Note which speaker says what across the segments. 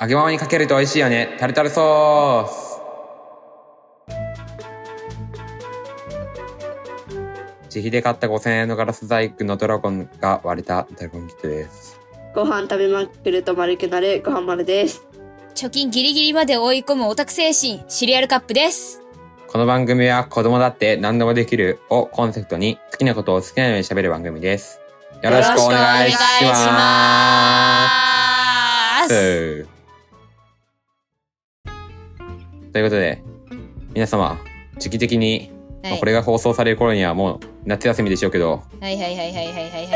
Speaker 1: 揚げままにかけると美味しいよねタルタルソース自費で買った5000円のガラス細工のドラゴンが割れたドラゴンギットです
Speaker 2: ご飯食べまくると丸くなるご飯丸です。
Speaker 3: 貯金ギリギリまで追い込むオタク精神、シリアルカップです。
Speaker 1: この番組は子供だって何でもできるをコンセプトに好きなことを好きなように喋る番組ですよろしくお願いし
Speaker 3: お願いし
Speaker 1: ま
Speaker 3: ます
Speaker 1: うんということで皆様時期的にまあ
Speaker 3: はい
Speaker 1: これが放送される頃にはもう夏休みでしょうけど、
Speaker 3: はいはいはいはいはいはいはいはいはいはいは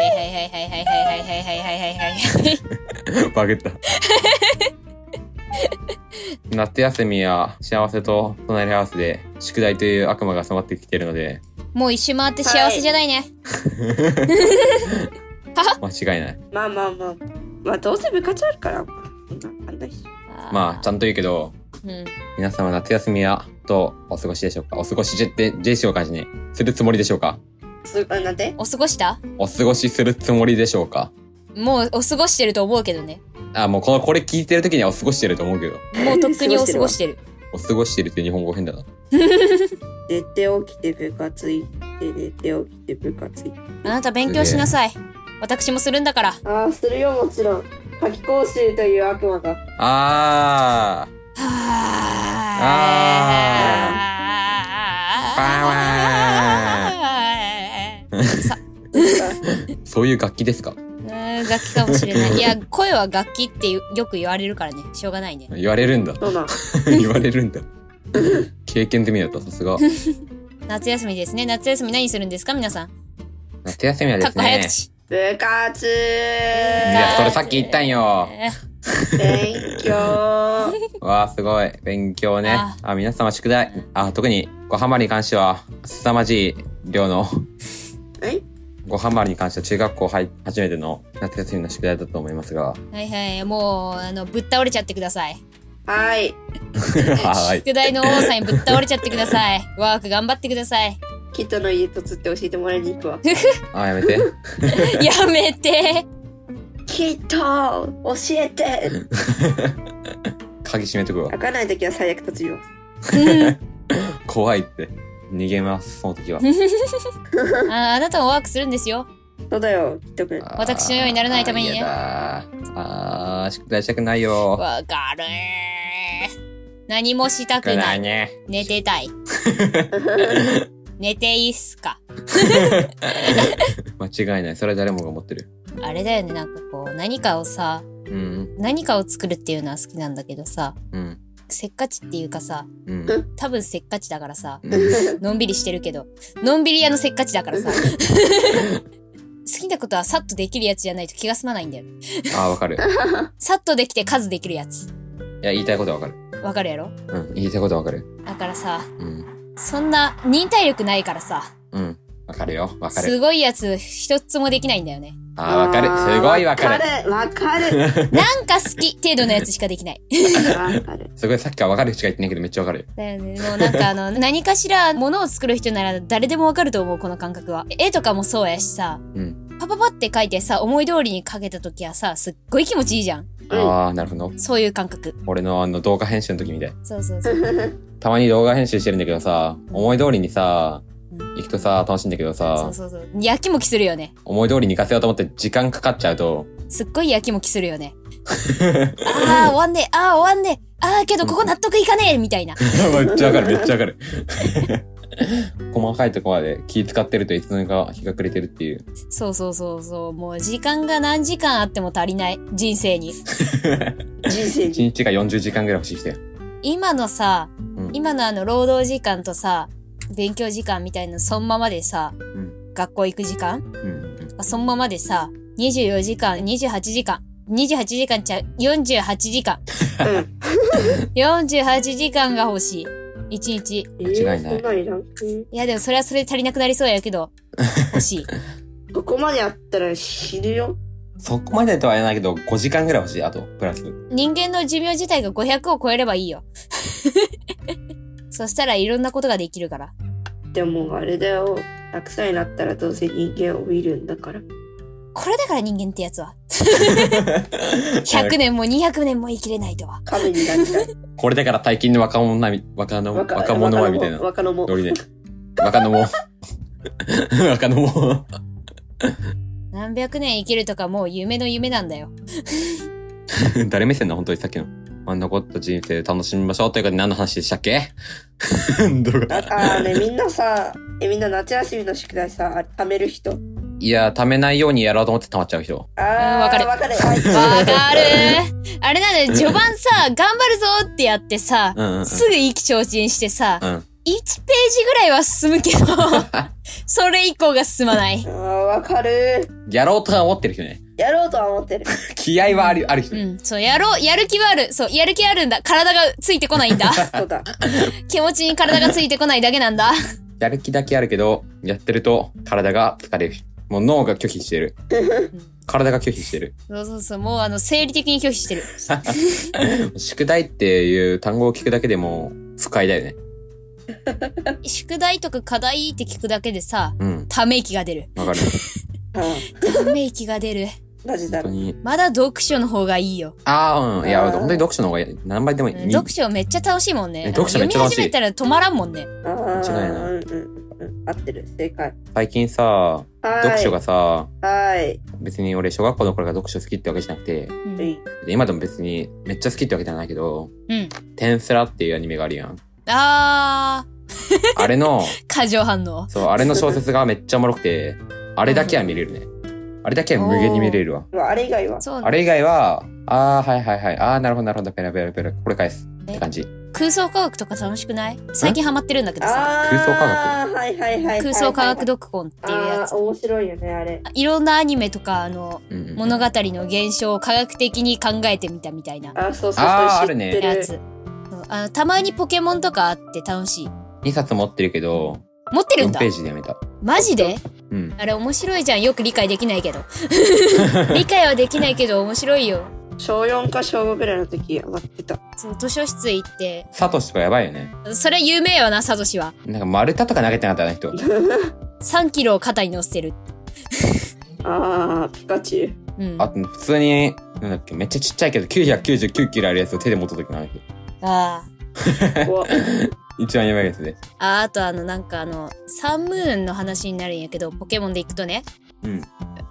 Speaker 3: いはいはいはいはいはい。
Speaker 1: バグっ た。夏休みは幸せと隣り合わせで宿題という悪魔が迫ってきてるの で、
Speaker 3: もう一周回って幸せじゃないね。
Speaker 1: 間違いない。
Speaker 2: まあまあまあ。まあどうせ部活あるから、そんなのあんないし。
Speaker 1: まあ、ちゃんと言うけど、
Speaker 3: あー、うん。
Speaker 1: 皆様夏休みはどうお過ごしでしょうかお過ごしじで、でしょうかしね。するつもりでしょうか
Speaker 2: すあなんで
Speaker 3: お過ごした
Speaker 1: お過ごしするつもりでしょうか
Speaker 3: もうお過ごしてると思うけどね。
Speaker 1: あ、もうこの、これ聞いてる時にはお過ごしてると思うけど、
Speaker 3: もうとっくにお過ごしてる。
Speaker 1: お過ごしてるって日本語変だな。
Speaker 2: 寝て起きて部活行って、寝て起きて部活行って。
Speaker 3: あなた勉強しなさい。私もするんだから。
Speaker 2: ああ、するよもちろん。夏期講習という悪魔が。
Speaker 1: あ ー。
Speaker 3: はー
Speaker 1: パ
Speaker 3: さ
Speaker 1: そういう楽器ですか
Speaker 3: うーん楽器かもし れない。いや、声は楽器ってよよく言われるからね。しょうがないね。
Speaker 1: 言われるんだ。
Speaker 2: そうなん。
Speaker 1: 言われるんだ。経験済みだった、さす が。
Speaker 3: 夏休みですね。夏休み何するんですか皆さん。
Speaker 1: 夏休みはで
Speaker 3: かっ
Speaker 1: す
Speaker 3: こ早
Speaker 1: ね。
Speaker 3: 口。
Speaker 2: 部活
Speaker 1: いや、それさっき言ったんよ。
Speaker 3: えー
Speaker 2: 勉強
Speaker 1: わあ、すごい。勉強ね。
Speaker 3: あ
Speaker 1: あ、皆様宿題。あ、特に、ごはまりに関しては、凄まじい量の、
Speaker 2: え
Speaker 1: ごはまりに関しては中学校入、初めての夏休みの宿題だと思います が。
Speaker 3: はいはい。もう、あの、ぶっ倒れちゃってください。
Speaker 2: はい。
Speaker 1: はい。
Speaker 3: 宿題の多さにぶっ倒れちゃってくだ さい。ワーク頑張ってください。
Speaker 2: キットの家突って教えてもらいに行くわ。
Speaker 1: あ、やめて。
Speaker 3: や めて。
Speaker 2: キット教えて
Speaker 1: 鍵閉めとくわ
Speaker 2: 開。かないときは最悪突入。
Speaker 1: 怖いって。逃げます、その時は。
Speaker 3: ああなたもワークするんですよ。
Speaker 2: そうだよ、キットくん。
Speaker 3: 私のようにならないためにね
Speaker 1: あー、嫌だあー宿題したくないよ。
Speaker 3: わかる何もしたく
Speaker 1: 宿
Speaker 3: な
Speaker 1: 題
Speaker 3: い。
Speaker 1: ね。
Speaker 3: 寝て たい。寝ていいっすか。
Speaker 1: 間違いない。それは誰もが思ってる。
Speaker 3: あれだよね、なんかこう、何かをさ、
Speaker 1: うん。
Speaker 3: 何かを作るっていうのは好きなんだけどさ、
Speaker 1: うん。
Speaker 3: せっかちっていうかさ、
Speaker 1: うん。
Speaker 3: 多分せっかちだからさ、
Speaker 1: うん
Speaker 3: のんびりしてるけど、のんびり屋のせっかちだから さ、好きなことはさっとできるやつじゃないと気が済まないんだよ。
Speaker 1: ああ、わかる。
Speaker 3: さっとできて数できるやつ。
Speaker 1: いや、言いたいことはわかる。
Speaker 3: わかるやろ
Speaker 1: うん。言いたいことはわかる。
Speaker 3: だからさ、
Speaker 1: うん。
Speaker 3: そんな忍耐力ないからさ、
Speaker 1: うん。わかるよ。わか
Speaker 3: す
Speaker 1: る。
Speaker 3: ごいやつ一つもできないんだよね。
Speaker 1: ああ、わかる。すごいわかる。
Speaker 2: る。わかる。
Speaker 3: なんか好き程度のやつしかできない。
Speaker 2: わかる。
Speaker 1: すごい、さっきはわかるしか言ってないけど、めっちゃわかる。
Speaker 3: だよね。もうなんかあの、 何かしら物を作る人なら誰でもわかると思う、この感覚は。絵とかもそうやしさ、
Speaker 1: うん。
Speaker 3: パパパって書いてさ、思い通りに書けた時はさ、すっごい気持ちいいじゃん。
Speaker 1: ああ、なるほど。
Speaker 3: そういう感覚。
Speaker 1: 俺のあの動画編集の時みたい。
Speaker 3: そうそうそう。
Speaker 1: たまに動画編集してるんだけどさ、思い通りにさ、
Speaker 3: うん
Speaker 1: 行くとさ、楽しいんだけど
Speaker 3: そ
Speaker 1: さ
Speaker 3: う、そうそう。やきもきするよね。
Speaker 1: 思い通りに行かせようと思って時間かかっちゃう と、
Speaker 3: すっごいやきもきするよ ね。ああ、終わんねえ。ああ、終わんねえ。ああ、けどここ納得いかねえみたいな。
Speaker 1: めっちゃわかる、めっちゃわかる。 細かいとこまで気使ってるといつの間にか日が暮れてるっていう。
Speaker 3: そうそうそうそう。もう時間が何時間あっても足りない。人生に。
Speaker 2: 人生
Speaker 1: 1
Speaker 2: に。
Speaker 1: 日が40時間ぐらい欲しい人や。
Speaker 3: 今のさ、
Speaker 1: うん
Speaker 3: 今のあの労働時間とさ勉強時間みたいなそのままでさ、
Speaker 1: ん
Speaker 3: 学校行く時
Speaker 1: う
Speaker 3: 間
Speaker 1: んうん。
Speaker 3: そのままでさ24時間28時間28時間ちゃう48 時間
Speaker 2: うん。
Speaker 3: 48時間が欲しい1日
Speaker 1: 間違いない
Speaker 2: えーそんなんいらんうん
Speaker 3: いやでもそれはそれで足りなくなりそうやけど 欲しい
Speaker 2: ここまでやったら死ぬよ。
Speaker 1: そこまでとは言えないけど、5時間ぐらい欲しい、あと、プラス。
Speaker 3: 人間の寿命自体が500を超えればいいよ そしたらいろんなことができるから
Speaker 2: でもあれだよ。100歳になったらどうせ人間を見るんだから。
Speaker 3: これだから人間ってやつは100年も200年も生きれないとは。
Speaker 2: 神になり たい。
Speaker 1: これだから最近の若者なみ、若の、
Speaker 2: 若
Speaker 1: 若者はみたいな。
Speaker 2: 若者も。
Speaker 1: ノリで。若者も。 若者も。
Speaker 3: 何百年生きるとかもう夢の夢なん だよ。
Speaker 1: 誰目線な、本当にさっきの。まあ、残った人生楽しみましょう。ということで何の話でしたっけ どう
Speaker 2: だからね、みんなさ、え、みんな夏休みの宿題さ、貯める人。
Speaker 1: いや、溜めないようにやろうと思って溜まっちゃう人。
Speaker 2: あ
Speaker 3: う
Speaker 2: ー、
Speaker 3: んわかる
Speaker 2: わかる。
Speaker 3: わかるあれなんだよ、序盤さ、頑張るぞってやってさ、
Speaker 1: うんうんうん。
Speaker 3: すぐ意気消沈してさ、
Speaker 1: うん
Speaker 3: 1ページぐらいは進むけ ど、それ以降が進まない。
Speaker 2: あーわかる。
Speaker 1: やろうとは思ってる人ね。
Speaker 2: やろうとは思ってる。
Speaker 1: 気合はある、ある人。
Speaker 3: うん、そう、やろう、やる気はある。そう、やる気あるんだ。体がついてこな いんだ。
Speaker 2: そうだ。
Speaker 3: 気持ちに体がついてこないだけなんだ。
Speaker 1: やる気だけあるけど、やってると体が疲れる。もう脳が拒否してる。体が拒否してる。
Speaker 3: そうそうそう、もうあの、生理的に拒否してる。
Speaker 1: 宿題っていう単語を聞くだけでも不快だよね。
Speaker 3: 宿題とか課題って聞くだけでさ、
Speaker 1: うん。
Speaker 3: ため息が出る。
Speaker 1: わかる。
Speaker 2: あ
Speaker 3: ため息が出る。
Speaker 2: ーなぜ だ
Speaker 1: 本当
Speaker 2: ろう。
Speaker 1: に。
Speaker 3: まだ読書の方がいいよ。
Speaker 1: ああ、うん。い
Speaker 2: あ
Speaker 1: や、本
Speaker 2: ー
Speaker 1: 当に読書の方が何倍でもいい。
Speaker 3: うん読書めっちゃ楽しいもんね。
Speaker 1: え
Speaker 3: あの
Speaker 1: 読書めっちゃ
Speaker 3: 読
Speaker 1: 楽
Speaker 3: み
Speaker 1: しい
Speaker 3: 始めたら止まらんもんね。
Speaker 2: あー
Speaker 1: 間違いない
Speaker 2: うんうんうん。合ってる。正解。
Speaker 1: 最近さ、
Speaker 2: はーい。
Speaker 1: 読書がさ、
Speaker 2: はい。
Speaker 1: 別に俺小学校の頃から読書好きってわけじゃなくて、
Speaker 3: う
Speaker 2: う
Speaker 3: ん。うん
Speaker 2: ん。
Speaker 1: 今でも別にめっちゃ好きってわけじゃないけど、テンスラっていうアニメがあるやん。
Speaker 3: あー、
Speaker 1: あれの、
Speaker 3: 過剰反応。
Speaker 1: そう、あれの小説がめっちゃおもろくて、あれだけは見れるね。あれだけは無限に見れるわ。
Speaker 2: うわあれ以外は。
Speaker 3: そう
Speaker 1: あれ以外は、ああ、はいはいはい。ああ、なるほどなるほど。ペラペラペラ。これ返す。って感じ。
Speaker 3: 空想科学とか楽しくない最近ハマってるんだけどさ。
Speaker 2: あー
Speaker 1: 空想科
Speaker 2: はいはいはいはいはい。
Speaker 3: 空想科学読本っていうや
Speaker 2: あ
Speaker 3: つ
Speaker 2: ー。面白いよね、あれ。
Speaker 3: いろんなアニメとか、あの、
Speaker 1: うんうん
Speaker 3: 物語の現象を科学的に考えてみたみたいな
Speaker 2: あー、そうそうそう。
Speaker 1: あー
Speaker 2: 知
Speaker 1: あ
Speaker 2: って
Speaker 1: るね
Speaker 3: やつ。そうあのたまにポケモンとかあって楽しい。
Speaker 1: 2冊持ってるけど、
Speaker 3: 持ってるん
Speaker 1: 4
Speaker 3: だ
Speaker 1: ページでやめた。
Speaker 3: マジで
Speaker 1: うん。
Speaker 3: あれ面白いじゃん。よく理解できない けど。理解はできないけど面白いよ。
Speaker 2: 小4か小5ぐらいの時、上がってた。
Speaker 3: そう、図書室へ行って。
Speaker 1: サトシとかやばいよね。
Speaker 3: それ有名よな、サトシは。
Speaker 1: なんか丸太とか投げてなかったあの人。
Speaker 3: 3キロを肩に乗せてる。
Speaker 2: あー、ピカチュウ。
Speaker 3: うん。
Speaker 1: あ
Speaker 3: あ
Speaker 1: と、普通に、なんだっけ、めっちゃちっちゃいけど、999キロあるやつを手で持った時のあの人。
Speaker 3: あー。
Speaker 2: 怖っ
Speaker 1: 一番やばいやつで。
Speaker 3: ああとあの、なんかあの、サンムーンの話になるんやけど、ポケモンで行くとね。
Speaker 1: うん。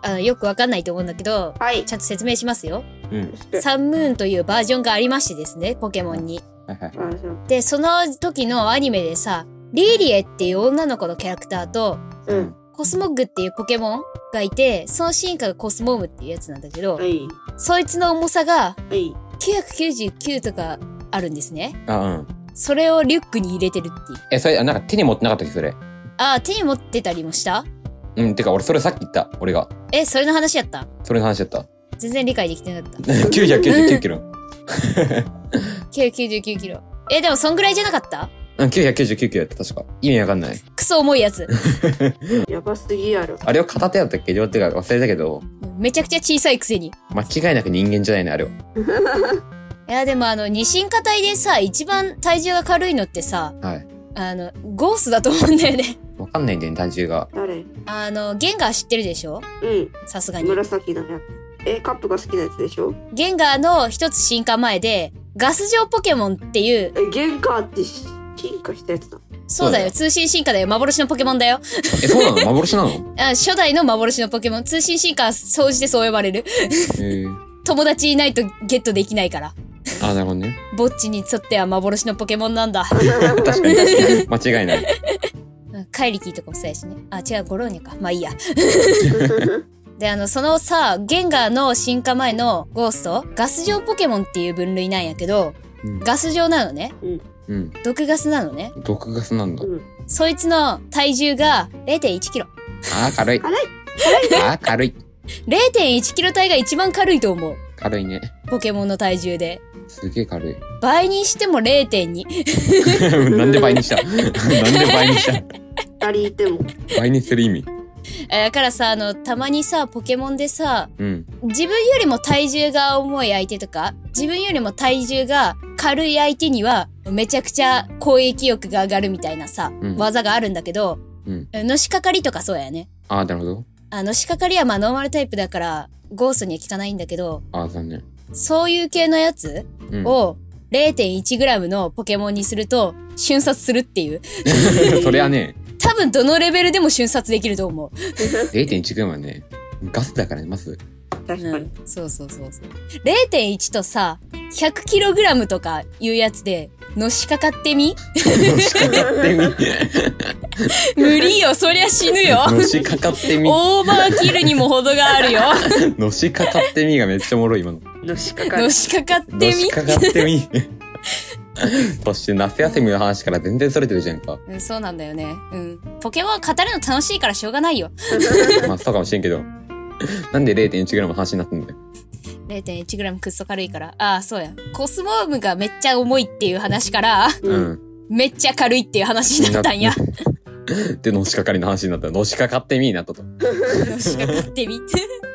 Speaker 3: あのよくわかんないと思うんだけど、
Speaker 2: はい。
Speaker 3: ちゃんと説明しますよ。
Speaker 1: うん。
Speaker 3: サンムーンというバージョンがありましてですね、ポケモンに。
Speaker 1: はいはい。
Speaker 2: あそう
Speaker 3: で、その時のアニメでさ、リーリエっていう女の子のキャラクターと、
Speaker 2: うん。
Speaker 3: コスモッグっていうポケモンがいて、その進化がコスモームっていうやつなんだけど
Speaker 2: は、い。
Speaker 3: そいつの重さが
Speaker 2: はい。
Speaker 3: 999とかあるんですね。
Speaker 1: あ、うん。
Speaker 3: それをリュックに入れてるっていう。
Speaker 1: え、それ、あなんか手に持ってなかったっけ、それ。
Speaker 3: ああ、手に持ってたりもした
Speaker 1: うん、てか俺それさっき言った。俺が。
Speaker 3: え、それの話やった
Speaker 1: それの話だった。
Speaker 3: 全然理解できてなかった。
Speaker 1: 999キロ。
Speaker 3: 999キロ。え、でもそんぐらいじゃなかった
Speaker 1: うん、999キロやった、確か。意味わかんない。
Speaker 3: クソ重いやつ。
Speaker 2: やばすぎやろ。
Speaker 1: あれを片手だったっけ両手が忘れたけど、
Speaker 3: めちゃくちゃ小さいくせに。
Speaker 1: 間違いなく人間じゃないね、あれは。
Speaker 3: いや、でもあの、二進化体でさ、一番体重が軽いのってさ、
Speaker 1: はい。
Speaker 3: あの、ゴースだと思うんだよね。
Speaker 1: わかんないんだよね、体重が。
Speaker 2: 誰
Speaker 3: あの、ゲンガー知ってるでしょ
Speaker 2: う
Speaker 3: さすが
Speaker 2: ん。
Speaker 3: に。
Speaker 2: 紫のやつ。え、カップが好きなやつでしょ
Speaker 3: ゲンガーの一つ進化前で、ガス状ポケモンっていう、
Speaker 2: え、玄関って進化した やつだ。
Speaker 1: そ
Speaker 3: そうだ
Speaker 1: うだ
Speaker 3: よ、
Speaker 1: よ
Speaker 3: 通信進化だよ、幻のポケモンだよ。
Speaker 1: え、そうなの幻なの
Speaker 3: あ初代の幻のポケモン、通信進化は総じてそう呼ばれる。
Speaker 1: えー、
Speaker 3: 友達いないとゲットできないから。
Speaker 1: あ、なるほどね。
Speaker 3: ぼっちにとっては幻のポケモンなんだ。
Speaker 1: 確かに確かに。間違いない。
Speaker 3: うんカイリキーとかもそうやしね。あ、違う、ゴローニャか。まあいいや。で、あの、そのさ、ゲンガーの進化前のゴースト、ガス状ポケモンっていう分類なんやけど、
Speaker 1: うん
Speaker 3: ガス状なのね。
Speaker 1: うん。
Speaker 3: 毒ガスなのね。
Speaker 1: 毒ガスなんだ
Speaker 2: う。ん。
Speaker 3: そいつの体重が0.1キロ。
Speaker 1: あー、軽い。
Speaker 2: あれ
Speaker 1: あー、軽い。
Speaker 3: 0.1キロ体が一番軽いと思う。
Speaker 1: 軽いね。
Speaker 3: ポケモンの体重で。
Speaker 1: すげえ軽い。
Speaker 3: 倍に しても0.2。
Speaker 1: なんで倍にした なんで倍にした
Speaker 2: 二人いても。
Speaker 1: 倍にする意味。
Speaker 3: えだからさ、あの、たまにさ、ポケモンでさ、
Speaker 1: うん。
Speaker 3: 自分よりも体重が重い相手とか、自分よりも体重が軽い相手には、めちゃくちゃ攻撃力が上がるみたいなさ、
Speaker 1: うん
Speaker 3: 技があるんだけど、
Speaker 1: うん
Speaker 3: のしかかりとかそうやね。
Speaker 1: あー、なるほど。
Speaker 3: あの、仕掛かりはまあノーマルタイプだから、ゴーストには効かないんだけど、
Speaker 1: あ、残念。
Speaker 3: そういう系のやつ
Speaker 1: うん。
Speaker 3: を 0.1g のポケモンにすると瞬殺するっていう。
Speaker 1: それはね、
Speaker 3: 多分どのレベルでも瞬殺できると思う。
Speaker 1: 0.1グラムはね、ガスだからね、まず。
Speaker 2: 確か
Speaker 3: う
Speaker 2: に
Speaker 3: ん。 そうそうそうそう。0.1とさ、100kg とかいうやつで、のしかかっ てみ
Speaker 1: のしかかってみ。
Speaker 3: 無理よ、そりゃ死ぬよ。
Speaker 1: のしかかってみ。
Speaker 3: オーバーキルにも程が あるよ。
Speaker 1: のしかかってみがめっちゃおもろい、今の。
Speaker 2: のしかかる
Speaker 3: の。しかかって
Speaker 1: のし
Speaker 3: み
Speaker 1: かかってみ。 そして夏休みの話から全然それてるじゃんか。
Speaker 3: うん、そうなんだよね。うん。ポケモンは語るの楽しいからしょうがないよ。
Speaker 1: まあそうかもしれんけど。 なんで 0.1g の話になってんだよ。
Speaker 3: 0.1g くっそ軽いから。ああ、そうや。コスモームがめっちゃ重いっていう話から、
Speaker 1: う
Speaker 2: うん。
Speaker 1: ん。
Speaker 3: めっちゃ軽いっていう話 になったんや。
Speaker 1: で、のしかかりの話になったら、のしかかってみになったと。
Speaker 3: のしかかってみて。